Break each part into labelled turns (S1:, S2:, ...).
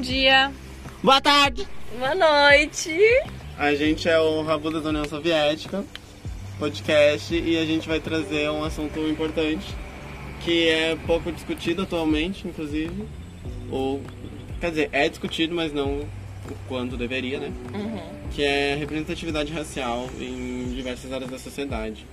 S1: dia.
S2: Boa tarde!
S1: Boa noite.
S2: A gente é o Rabudas da União Soviética, podcast, e a gente vai trazer um assunto importante que é pouco discutido atualmente, inclusive. Ou, quer dizer, é discutido, mas não o quanto deveria, né? Que é representatividade racial em diversas áreas da sociedade.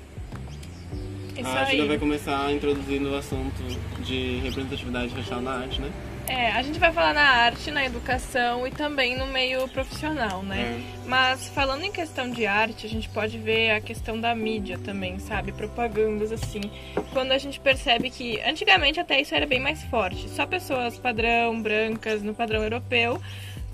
S1: Isso
S2: Ah, a
S1: aí.
S2: Júlia vai começar introduzindo o assunto de representatividade racial na arte, né?
S1: É, a gente vai falar na arte, na educação e também no meio profissional,
S2: É.
S1: né? Mas falando em questão de arte, a gente pode ver a questão da mídia também, sabe? Propagandas assim. Quando a gente percebe que antigamente até isso era bem mais forte. Só pessoas padrão, brancas, no padrão europeu,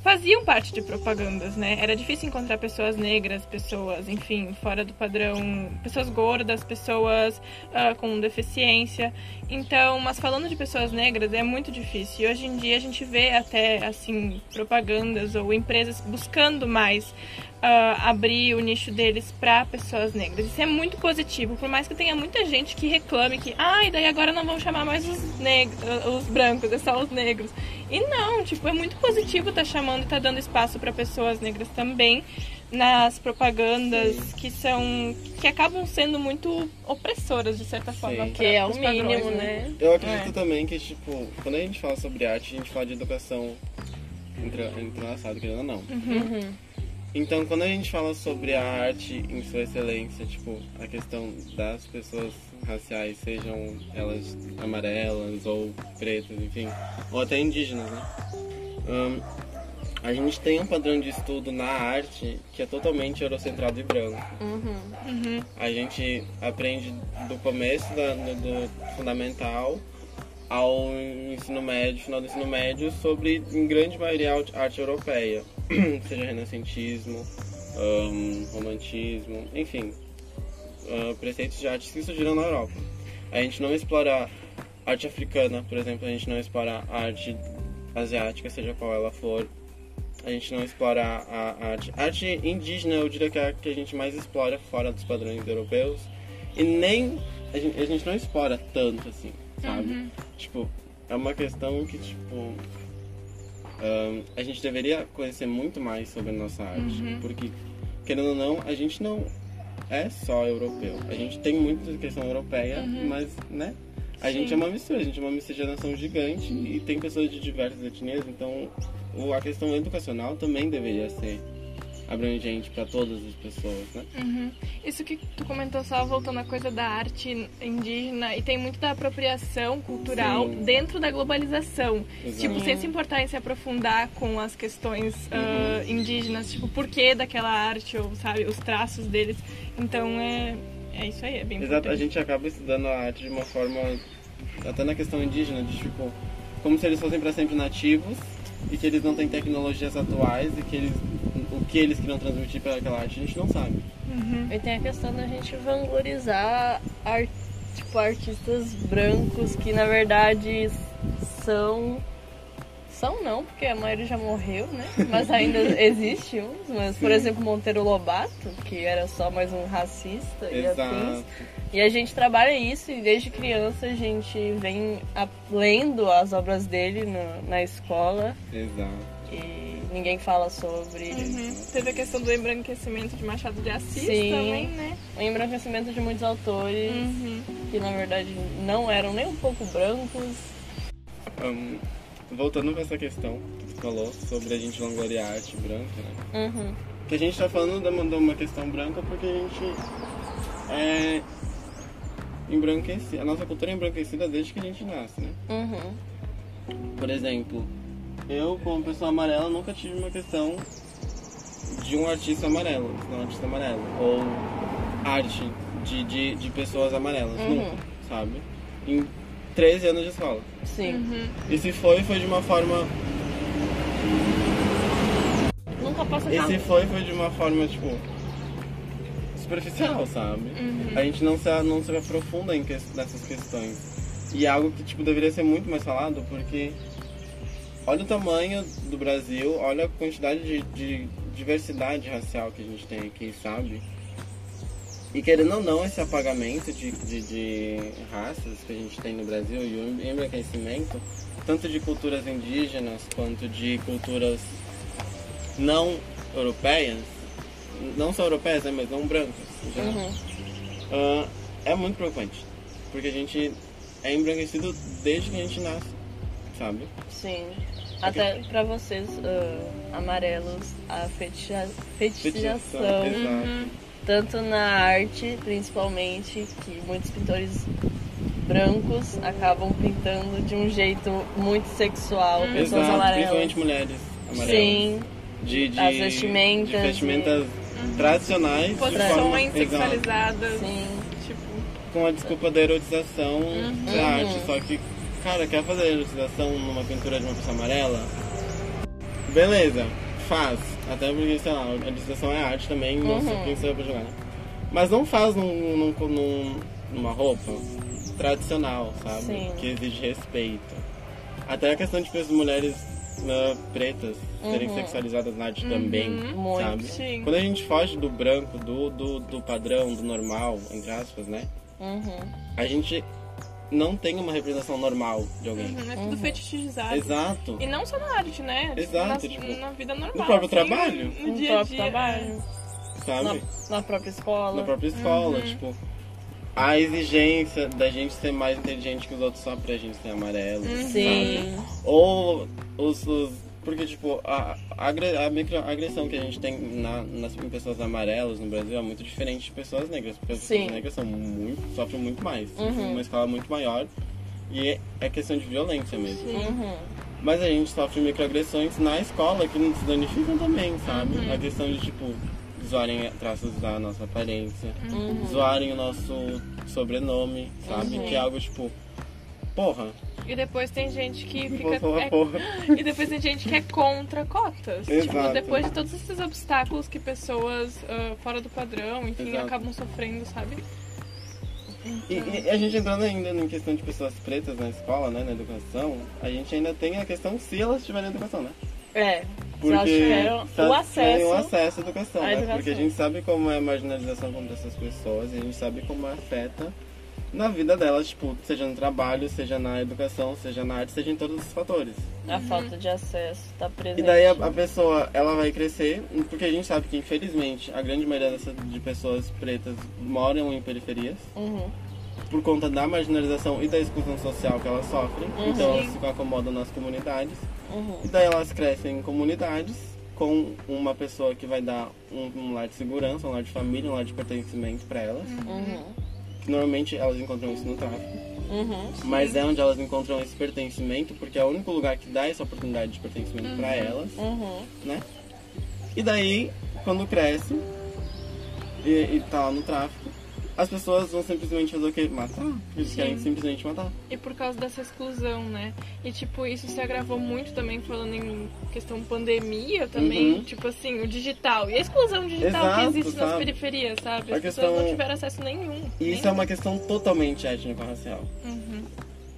S1: faziam parte de propagandas, né? Era difícil encontrar pessoas negras, pessoas, enfim, fora do padrão, pessoas gordas, pessoas ah, com deficiência. Então, mas falando de pessoas negras é muito difícil. E hoje em dia a gente vê até assim propagandas ou empresas buscando mais ah, abrir o nicho deles para pessoas negras. Isso é muito positivo, por mais que tenha muita gente que reclame que, ai, daí agora não vão chamar mais os negros, os brancos, é só os negros. E não, tipo, é muito positivo tá chamando e tá dando espaço para pessoas negras também nas propagandas que são que acabam sendo muito opressoras de certa forma,
S2: Sim.
S1: pra-
S3: Que é o
S1: pros padrões,
S3: mínimo, né?
S2: Eu acredito
S1: É.
S2: também que, tipo, quando a gente fala sobre arte, a gente fala de educação entre- entrelaçada, querendo ou não.
S3: Uhum.
S2: Então, quando a gente fala sobre a arte em sua excelência, tipo, a questão das pessoas raciais, sejam elas amarelas ou pretas, enfim, ou até indígenas, né? Ahn, a gente tem um padrão de estudo na arte que é totalmente eurocentrado e branco.
S3: Uhum.
S1: Uhum.
S2: A gente aprende do começo da- do, do fundamental ao ensino médio, final do ensino médio, sobre, em grande maioria, a arte europeia. Seja renascentismo, ahn, romantismo, enfim. ahn, preceitos de artes que surgiram na Europa. A gente não explora arte africana, por exemplo, a gente não explora a arte asiática, seja qual ela for. A gente não explora a a arte. A arte indígena, eu diria que é a que a gente mais explora fora dos padrões europeus. E nem. A gen- a gente, não explora tanto assim, sabe?
S1: Uhum.
S2: Tipo, é uma questão que, tipo. ahn, a gente deveria conhecer muito mais sobre a nossa arte.
S1: Uhum.
S2: Porque, querendo ou não, a gente não é só europeu. A gente tem muito questão europeia,
S1: Uhum.
S2: mas, né? A
S1: Sim.
S2: gente é uma mistura, a gente é uma miscigenação gigante e tem pessoas de diversas etnias, então o- a questão educacional também deveria ser abrangente para todas as pessoas, né?
S1: Uhum. Isso que tu comentou só voltando à coisa da arte indígena e tem muito da apropriação cultural
S2: Sim.
S1: dentro da globalização. Tipo,
S2: Exato.
S1: sem se importar em se aprofundar com as questões ah,
S2: Uhum.
S1: indígenas, tipo, por que daquela arte, ou sabe, os traços deles. Então é, é isso aí, é bem
S2: Exato, a
S1: importante.
S2: gente acaba estudando a arte de uma forma, até na questão indígena, de tipo, como se eles fossem para sempre nativos e que eles não têm tecnologias atuais e que eles, o que eles queriam transmitir para aquela arte, a gente não sabe.
S1: Uhum.
S3: E tem a questão da gente vanglorizar ar- tipo, artistas brancos que na verdade são. São não, porque a maioria já morreu, né? Mas ainda existe uns, mas por
S2: Sim.
S3: exemplo Monteiro Lobato, que era só mais um racista e afins.
S2: Exato.
S3: E a gente trabalha isso e desde criança a gente vem a- lendo as obras dele na- na escola
S2: Exato.
S3: e ninguém fala sobre.
S1: Uhum. Teve a questão do embranquecimento de Machado de Assis
S3: Sim.
S1: também, né?
S3: O embranquecimento de muitos autores
S1: Uhum.
S3: que na verdade não eram nem um pouco brancos.
S2: Ahn, voltando para essa questão que tu falou sobre a gente vangloriar a arte branca, né?
S3: Uhum.
S2: que a gente tá falando da de uma questão branca porque a gente é embranquecida. A nossa cultura é embranquecida desde que a gente nasce, né?
S3: Uhum.
S2: Por exemplo, eu como pessoa amarela nunca tive uma questão de um artista amarelo, não um artista amarelo. Ou arte de, de, de pessoas amarelas,
S3: Uhum.
S2: nunca, sabe? Em 13 anos de escola.
S3: Sim.
S1: Uhum.
S2: E se foi, foi de uma forma
S3: Nunca posso
S2: Esse foi foi de uma forma, tipo, superficial, sabe? A gente não se, não se aprofunda em que- nessas questões. E é algo que, tipo, deveria ser muito mais falado, porque olha o tamanho do Brasil, olha a quantidade de, de diversidade racial que a gente tem aqui, sabe? E querendo ou não, esse apagamento de, de, de raças que a gente tem no Brasil e o embranquecimento, tanto de culturas indígenas quanto de culturas não europeias, não só europeias, né, mas não brancas, em
S1: Uhum.
S2: geral,
S3: Uhum.
S2: ah, é muito preocupante. Porque a gente é embranquecido desde que a gente nasce, sabe?
S3: Sim.
S2: É
S3: Até pra vocês, ah, amarelos, a feticha- fetichização.
S2: é.
S3: Uhum.
S2: Exato.
S3: Tanto na arte, principalmente, que muitos pintores brancos acabam pintando de um jeito muito sexual, pessoas
S2: Exato,
S3: amarelas.
S2: principalmente mulheres amarelas.
S3: Sim,
S2: de, de-
S3: As vestimentas,
S2: de vestimentas tradicionais de forma-
S1: Posições
S2: exato,
S1: sexualizadas.
S3: sim.
S1: Tipo,
S2: com a desculpa da erotização
S3: Uhum.
S2: da arte só que cara quer fazer erotização numa pintura de uma pessoa amarela beleza faz até porque sei lá a erotização é arte também nossa
S3: Uhum.
S2: quem sou eu pra jogar né? mas não faz num, num- num- numa roupa tradicional sabe
S3: Sim.
S2: que exige respeito até a questão de que as mulheres ah, pretas serem sexualizadas na arte também,
S3: Uhum. Muito.
S2: sabe?
S1: Sim.
S2: Quando a gente foge do branco, do, do, do padrão, do normal, entre aspas, né?
S3: Uhum.
S2: A gente não tem uma representação normal de alguém.
S1: é
S3: Uhum.
S1: tudo fetichizado.
S2: Exato.
S1: E não só na arte, né?
S2: Exato,
S1: na,
S2: tipo,
S1: na vida normal.
S2: no próprio
S1: assim,
S2: trabalho.
S1: No,
S3: No
S1: dia a
S3: próprio
S1: dia.
S3: Um trabalho, na,
S2: Sabe?
S3: na própria escola. Uhum.
S2: Na própria escola, tipo. A exigência da gente ser mais inteligente que os outros só pra gente ser amarelo. sabe?
S3: Uhum. Sim.
S2: Ou os, os- porque tipo a, a, agre- a microagressão que a gente tem na, nas em pessoas amarelas no Brasil é muito diferente de pessoas negras. Porque as
S3: Sim.
S2: pessoas
S3: Uhum.
S2: negras são muito, sofrem muito mais, sofrem uma escala muito maior e é- é questão de violência mesmo.
S3: Uhum.
S2: Mas a gente sofre microagressões na escola que nos danificam também, sabe?
S1: Uhum.
S2: A questão de tipo zoarem traços da nossa aparência,
S1: Uhum.
S2: zoarem o nosso sobrenome, sabe? Que é algo tipo porra,
S1: E depois tem gente que
S2: vou
S1: fica.
S2: falar
S1: é-
S2: porra.
S1: e depois tem gente que é contra cotas. Tipo,
S2: Exato.
S1: depois de todos esses obstáculos que pessoas ah, fora do padrão, enfim,
S2: Exato.
S1: acabam sofrendo, sabe?
S2: E, e a gente entrando ainda em questão de pessoas pretas na escola, né, na educação, a gente ainda tem a questção se elas tiverem educação, né?
S3: É, se elas tiveram
S2: se
S3: o
S2: elas tiverem
S3: acesso.
S2: o tá um acesso à educação,
S3: à
S2: né?
S3: educação.
S2: Porque a gente sabe como é a marginalização contra essas pessoas e a gente sabe como afeta na vida delas, tipo, seja no trabalho, seja na educação, seja na arte, seja em todos os fatores.
S3: A falta de acesso tá presente.
S2: E daí a, a pessoa, ela vai crescer, porque a gente sabe que, infelizmente, a grande maioria dessa, de pessoas pretas moram em periferias.
S3: Uhum.
S2: por conta da marginalização e da exclusão social que elas sofrem. Então elas se acomodam nas comunidades.
S3: Uhum.
S2: E daí elas crescem em comunidades com uma pessoa que vai dar um, um lar de segurança, um lar de família, um lar de pertencimento para elas.
S3: Uhum.
S2: Normalmente elas encontram isso no tráfico,
S3: Uhum.
S2: mas é onde elas encontram esse pertencimento, porque é o único lugar que dá essa oportunidade de pertencimento pra para elas,
S3: Uhum.
S2: né? E daí, quando cresce e, e tá lá no tráfico, as pessoas vão simplesmente fazer o quê? Matar. Eles querem simplesmente matar.
S1: E por causa dessa exclusão, né? E tipo, isso se agravou muito também falando em questão pandemia também,
S2: Uhum.
S1: tipo assim, o digital. E a exclusão digital que
S2: Exato,
S1: existe nas
S2: sabe?
S1: periferias, sabe? As
S2: A
S1: pessoas não
S2: questão-
S1: tiveram acesso nenhum.
S2: E isso é
S1: nenhum.
S2: uma questão totalmente étnico-racial.
S1: Uhum.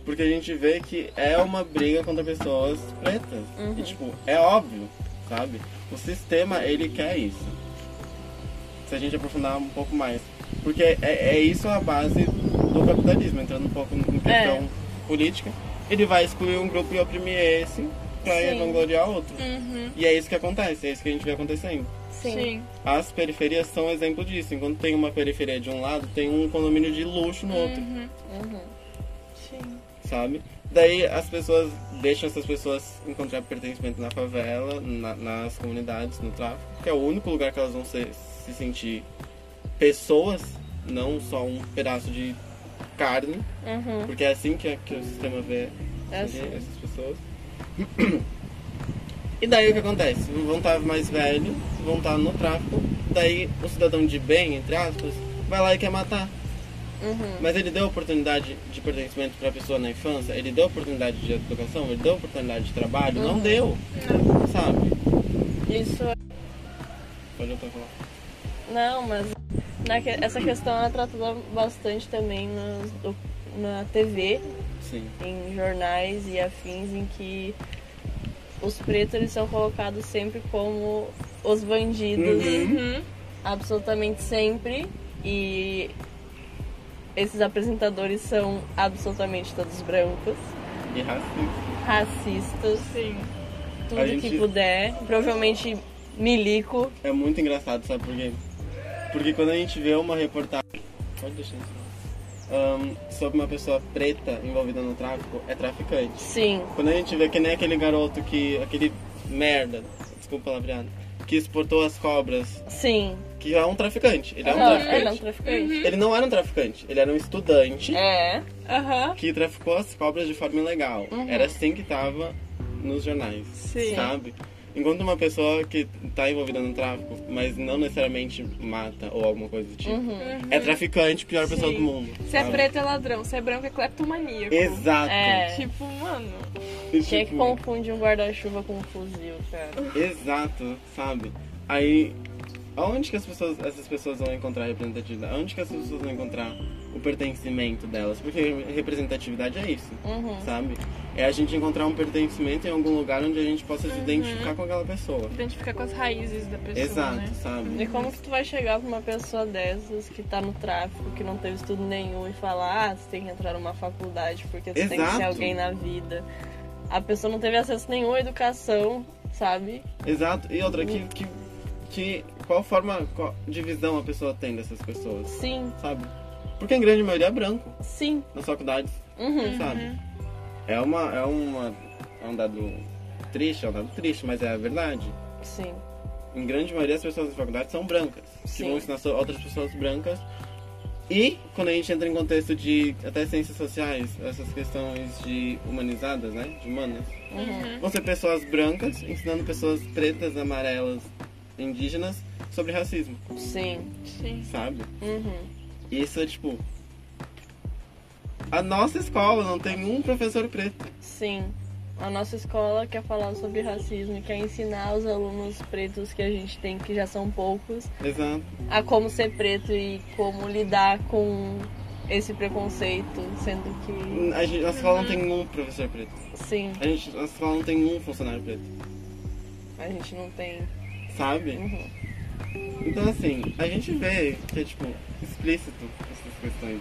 S2: Porque a gente vê que é uma briga contra pessoas pretas.
S3: Uhum.
S2: E, tipo, é óbvio, sabe? O sistema, ele quer isso. Se a gente aprofundar um pouco mais. Porque é, é isso a base do capitalismo, entrando um pouco em questão
S3: É.
S2: política. Ele vai excluir um grupo e oprimir esse pra
S3: Sim.
S2: vangloriar outro.
S1: Uhum.
S2: E é isso que acontece, é isso que a gente vê acontecendo.
S1: Sim.
S2: As periferias são exemplo disso. Enquanto tem uma periferia de um lado, tem um condomínio de luxo no outro,
S1: Uhum.
S3: Uhum.
S1: Sim.
S2: sabe? Daí as pessoas deixam essas pessoas encontrar pertencimento na favela, na- nas comunidades, no tráfico, que é o único lugar que elas vão ser- se sentir pessoas, não só um pedaço de carne,
S3: Uhum.
S2: porque é assim que, que o sistema vê
S3: É
S2: assim,
S3: assim.
S2: essas pessoas. E daí o que acontece? Vão estar mais velhos, vão estar no tráfico, daí o cidadão de bem, entre aspas, vai lá e quer matar.
S3: Uhum.
S2: Mas ele deu oportunidade de pertencimento para a pessoa na infância, ele deu oportunidade de educação, ele deu oportunidade de trabalho, não
S3: Uhum.
S2: deu, sabe?
S3: Isso
S2: Pode voltar a falar.
S3: Não, mas na que- essa questão é tratada bastante também nos doc- na TV,
S2: Sim.
S3: em jornais e afins, em que os pretos eles são colocados sempre como os bandidos,
S2: Uhum.
S1: Uhum.
S3: absolutamente sempre. E esses apresentadores são absolutamente todos brancos,
S2: E racista.
S3: racistas,
S1: Sim.
S3: tudo
S2: gente-
S3: que puder. Provavelmente milico.
S2: É muito engraçado, sabe por quê? Porque quando a gente vê uma reportagem. Pode deixar isso. Ahn, sobre uma pessoa preta envolvida no tráfico, é traficante.
S3: Sim,
S2: Quando a gente vê que nem aquele garoto que. aquele merda, desculpa palavreado, que exportou as cobras,
S3: sim.
S2: que é um traficante. Ele é um
S3: Não, ele é um
S2: traficante.
S3: traficante.
S2: Ele não era um traficante, ele era um estudante
S3: É.
S1: Aham.
S2: que traficou as cobras de forma ilegal. Era assim que tava nos jornais,
S1: Uhum. Sim.
S2: sabe? Enquanto uma pessoa que tá envolvida no tráfico, mas não necessariamente mata ou alguma coisa do tipo,
S3: Uhum.
S2: é traficante, pior pessoa
S1: Uhum. Sim.
S2: do mundo.
S1: Se é
S2: sabe?
S1: preto é ladrão, se é branco é cleptomaníaco.
S2: Exato.
S3: É.
S1: Tipo, mano.
S2: E,
S3: Quem é que
S2: tipo,
S3: confunde um guarda-chuva com um fuzil, cara?
S2: Exato, sabe? Aí, aonde que as pessoas, essas pessoas vão encontrar representatividade? Aonde que essas pessoas vão encontrar o pertencimento delas? Porque representatividade é isso,
S3: Uhum.
S2: sabe? É a gente encontrar um pertencimento em algum lugar onde a gente possa se identificar com aquela pessoa.
S1: Identificar com as raízes da pessoa,
S2: Exato,
S1: né?
S2: sabe?
S3: E como que tu vai chegar pra uma pessoa dessas que tá no tráfico, que não teve estudo nenhum e falar, ah, você tem que entrar numa faculdade porque você tem que ser
S2: Exato.
S3: alguém na vida. A pessoa não teve acesso nenhum à educação, sabe?
S2: Exato. E outra, que, que, que qual forma, qual divisão a pessoa tem dessas pessoas,
S3: Sim,
S2: sabe? Porque a grande maioria é branco
S3: sim.
S2: nas faculdades,
S3: Uhum.
S2: sabe? É uma, é uma, é um dado triste, é um dado triste, mas é a verdade.
S3: Sim.
S2: Em grande maioria as pessoas da faculdade são brancas, que
S3: Sim.
S2: vão ensinar so- outras pessoas brancas. E quando a gente entra em contexto de até ciências sociais, essas questões de humanizadas, né, de humanas,
S3: Uhum.
S1: Uhum.
S2: vão ser pessoas brancas ensinando pessoas pretas, amarelas, indígenas sobre racismo,
S3: Sim.
S1: Sim.
S2: sabe?
S3: Uhum.
S2: Isso é tipo a nossa escola não tem um professor preto.
S3: Sim. A nossa escola quer falar sobre racismo e quer ensinar os alunos pretos que a gente tem, que já são poucos,
S2: Exato.
S3: a como ser preto e como lidar com esse preconceito, sendo que
S2: A, gente, a escola não tem um professor preto.
S3: sim,
S2: A gente, a escola não tem um funcionário preto,
S3: a gente não tem.
S2: sabe?
S3: Uhum.
S2: Então, assim, a gente vê que é, tipo, explícito essas questões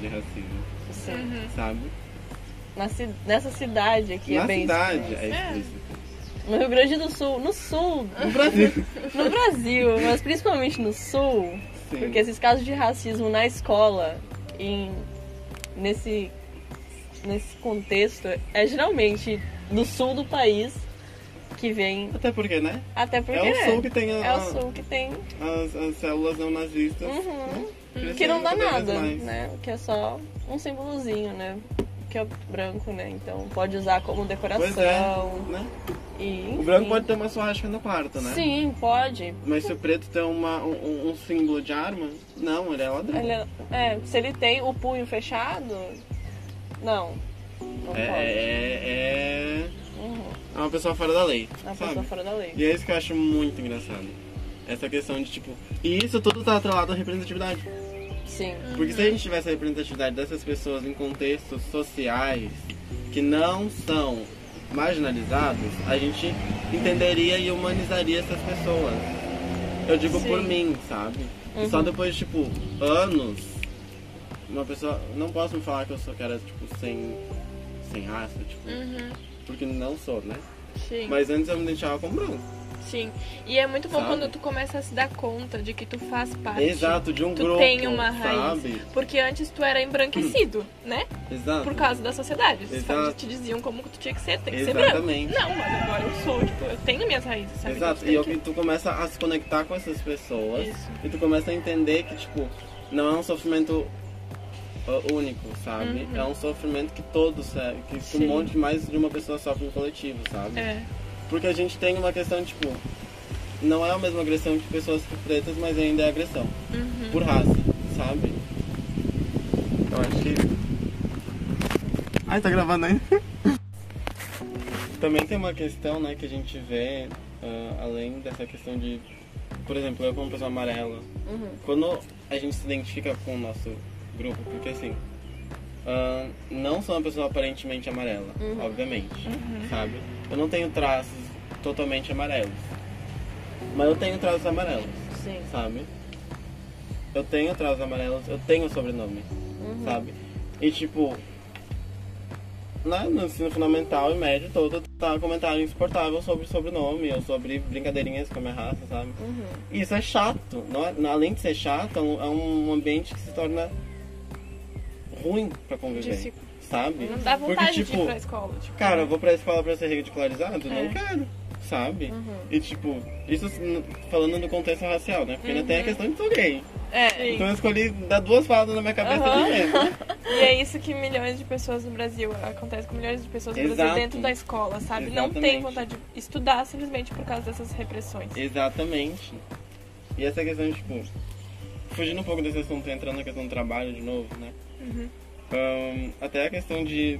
S2: de racismo,
S3: Sim.
S2: sabe?
S3: Na ci- nessa cidade aqui
S2: Na
S3: Hum. é bem.
S2: cidade é
S1: É.
S2: explícito.
S3: No Rio Grande do Sul, no sul,
S2: No Brasil,
S3: no Brasil, mas principalmente no sul,
S2: sim.
S3: porque esses casos de racismo na escola, em, nesse, nesse contexto, é geralmente do sul do país que vem.
S2: Até porque, né?
S3: Até porque
S2: é o sul que tem a-
S3: é o sul que tem.
S2: As, as células não nazistas.
S3: Uhum.
S2: né?
S3: Que não dá
S2: Crescendo cada vez
S3: nada,
S2: mais.
S3: né? Que é só um símbolozinho, né? Que é branco, né? Então pode usar como
S2: Pois é,
S3: decoração.
S2: né?
S3: E,
S2: O branco
S3: enfim.
S2: pode ter uma suástica no quarto, né?
S3: Sim, pode.
S2: Mas se o preto tem uma, um, um símbolo de arma, não, ele é ladrão.
S3: Ele, é, se ele tem o punho fechado, não. Não
S2: É,
S3: pode.
S2: é, é-
S3: Uhum.
S2: é uma pessoa fora da lei,
S3: É uma
S2: sabe?
S3: pessoa fora da lei.
S2: E é isso que eu acho muito engraçado. Essa questão de, tipo... E isso tudo tá atrelado à representatividade.
S3: Sim.
S2: Porque se a gente tivesse a representatividade dessas pessoas em contextos sociais que não são marginalizados, a gente entenderia e humanizaria essas pessoas. Eu digo
S3: Sim.
S2: por mim, sabe? E Só depois de, tipo, anos, uma pessoa... Não posso me falar que eu sou cara, tipo, sem, sem raça, tipo... Porque não sou, né?
S1: Sim.
S2: Mas antes eu me deixava como branco.
S1: Sim. E é muito bom
S2: Sabe?
S1: quando tu começa a se dar conta de que tu faz parte.
S2: Exato, de um
S1: Tu
S2: grupo,
S1: tem uma raiz.
S2: sabe?
S1: Porque antes tu era embranquecido, né?
S2: Exato.
S1: Por causa da sociedade. Os
S2: Exato.
S1: fãs te diziam como que tu tinha que ser, tem que ser branco.
S2: Exatamente.
S1: Não, mas agora eu sou, tipo, eu tenho minhas raízes, sabe?
S2: Exato, e
S1: Então
S2: eu,
S1: tu tem
S2: e tu começa a se conectar com essas pessoas
S1: Isso.
S2: e tu começa a entender que, tipo, não é um sofrimento ó, único, sabe? É um sofrimento que todos, é, que
S1: Uhum. Sim.
S2: um monte mais de uma pessoa sofre no coletivo, sabe?
S1: que- É.
S2: Porque a gente tem uma questão, tipo, não é a mesma agressão que pessoas pretas, mas ainda é agressão, por raça, sabe? Eu acho que... Ai, tá gravando ainda? Também tem uma questão, né, que a gente vê, ah, além dessa questão de, por exemplo, eu como pessoa amarela, quando a gente se identifica com o nosso grupo, porque assim, ah, não sou uma pessoa aparentemente amarela, obviamente, sabe? Eu não tenho traços totalmente amarelos, mas eu tenho traços amarelos,
S3: Sim.
S2: sabe? eu tenho traços amarelos, eu tenho um sobrenome,
S1: Uhum.
S2: sabe? E tipo, na, no ensino fundamental e médio todo, eu tava comentário insuportável sobre sobrenome ou sobre brincadeirinhas com a minha raça, sabe?
S1: Uhum.
S2: Isso é chato. Não é- além de ser chato, é um, é um ambiente que se torna ruim pra conviver,
S1: De se-
S2: sabe?
S1: Não dá vontade
S2: Porque,
S1: de ir
S2: tipo,
S1: pra escola. Tipo,
S2: Cara, eu vou pra escola pra ser ridicularizado?
S1: É. Uhum.
S2: Não quero, sabe? E tipo, isso assim, falando no contexto racial, né? Porque ainda
S1: Uhum.
S2: tem a questão de ser gay.
S1: É,
S2: Então eu escolhi dar duas falas na minha cabeça
S1: Aham.
S2: aqui mesmo.
S1: e é isso que milhões de pessoas no Brasil, acontece com milhões de pessoas no Brasil
S2: Exato.
S1: dentro da escola, sabe? Não tem
S2: Exatamente.
S1: vontade de estudar simplesmente por causa dessas repressões.
S2: Exatamente. E essa questão de, tipo, fugindo um pouco desse assunto, entrando na questão do trabalho de novo, né?
S1: Uhum.
S2: Ahn, até a questão de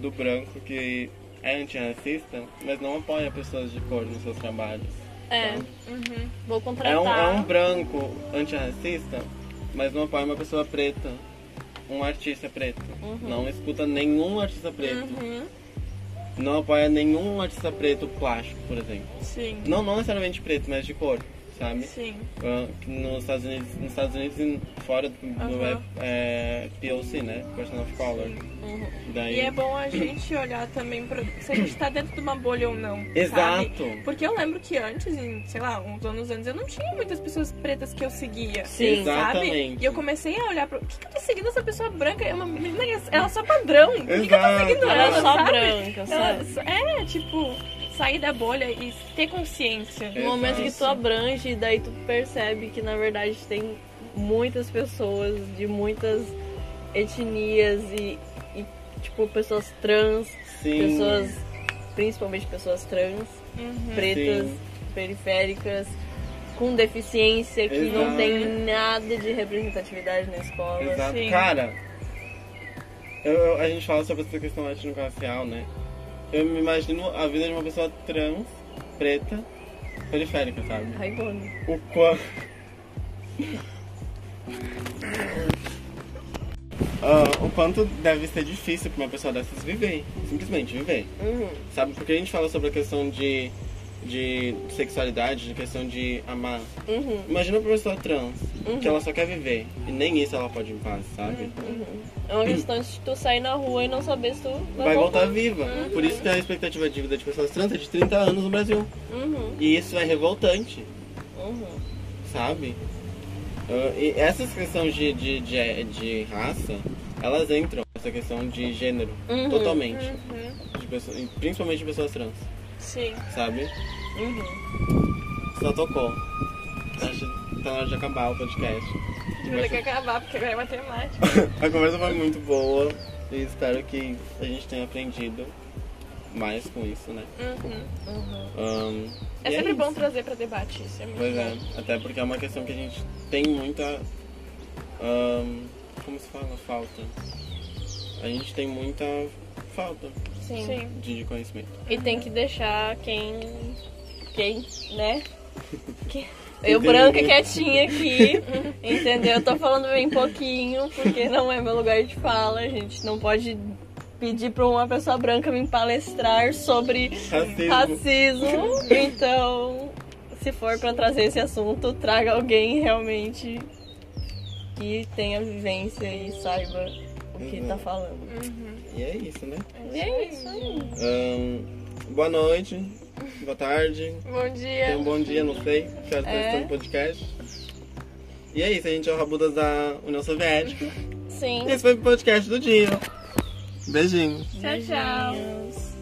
S2: do branco que é antirracista, mas não apoia pessoas de cor nos seus trabalhos.
S3: É,
S1: Uhum.
S3: vou contratar.
S2: É um, é um branco antirracista, mas não apoia uma pessoa preta, um artista preto. Não escuta nenhum artista preto.
S1: Uhum.
S2: Não apoia nenhum artista preto plástico, por exemplo.
S1: Sim.
S2: Não, não necessariamente preto, mas de cor, sabe?
S1: Sim.
S2: Ah, que Nos Estados Unidos, nos Estados Unidos e fora do, do
S1: Aham.
S2: é, é POC, né? Person of Color. Daí...
S1: E é bom a gente olhar também pra, se a gente tá dentro de uma bolha ou não.
S2: Exato.
S1: sabe? Porque eu lembro que antes, em, sei lá, uns anos antes, eu não tinha muitas pessoas pretas que eu seguia.
S3: Sim.
S1: Sabe?
S2: Exatamente.
S1: E eu comecei a olhar pra. Por que, que eu tô seguindo essa pessoa branca? É uma menina, ela é só padrão. Por que, que eu tô
S2: Exato.
S1: seguindo
S3: Ela
S1: ela?
S3: é só
S1: sabe?
S3: branca,
S1: Ela-
S3: sabe?
S1: é, tipo, sair da bolha e ter consciência.
S2: É.
S3: No momento que tu
S2: Exato.
S3: abrange, daí tu percebe que na verdade tem muitas pessoas de muitas etnias e, e, tipo, pessoas trans,
S2: Sim.
S3: pessoas, principalmente pessoas trans,
S1: Uhum.
S3: Hum. pretas,
S2: Sim.
S3: periféricas, com deficiência, que não
S2: Exato.
S3: tem nada de representatividade na escola.
S2: Exato.
S1: Sim.
S2: Cara, eu- eu- a gente fala sobre essa questão étnico-racial, né? Eu me imagino a vida de uma pessoa trans, preta, periférica, sabe?
S3: Raigoni.
S2: O quanto. Ah, o quanto deve ser difícil pra uma pessoa dessas viver. Simplesmente viver.
S3: Uhum.
S2: Sabe? Porque a gente fala sobre a questão de, de sexualidade, de questão de amar.
S3: Uhum.
S2: Imagina uma pessoa trans, que ela só quer viver. E nem isso ela pode em paz, sabe?
S3: É uma questão de tu sair na rua e não saber se tu vai,
S2: vai voltar viva. Por isso que a expectativa de vida de pessoas trans é de 30 anos no Brasil.
S3: Uhum.
S2: E isso é revoltante,
S3: Uhum.
S2: sabe? Ah, E essas questões de, de, de, de raça, elas entram nessa questão de gênero,
S3: Uhum.
S2: totalmente.
S1: Uhum.
S2: De pessoa- e principalmente de pessoas trans,
S1: Sim.
S2: sabe?
S3: Uhum.
S2: Só tocou. Acho que tá na hora de acabar o podcast.
S1: Eu vou ter que acabar, porque agora é matemática.
S2: A conversa foi muito boa e espero que a gente tenha aprendido mais com isso, né?
S1: Uhum.
S2: Ahn,
S1: É
S2: e
S1: sempre
S2: isso.
S1: bom trazer pra debate isso. É muito
S2: Pois
S1: bom.
S2: é, até porque é uma questão que a gente tem muita. ahn, como se fala? Falta. A gente tem muita falta
S3: Sim.
S1: Sim.
S2: de conhecimento.
S3: E tem que deixar quem. Quem, né? Que-
S2: Entendi.
S3: Eu branca quietinha aqui, entendeu? Eu tô falando bem pouquinho, porque não é meu lugar de fala. A gente não pode pedir pra uma pessoa branca me palestrar sobre
S2: Racismo.
S3: racismo. Então, se for pra trazer esse assunto, traga alguém realmente que tenha vivência e saiba o que tá falando.
S2: E é isso, né?
S3: E é isso aí.
S2: Ahn, boa noite, boa tarde,
S1: Bom dia.
S2: tenha um bom dia, não sei. Que horas
S3: É.
S2: é. no podcast. E é isso, a gente é o Rabudas da União Soviética.
S3: Sim.
S2: Esse foi o podcast do dia. Beijinho.
S1: Tchau, tchau.
S3: Beijinhos.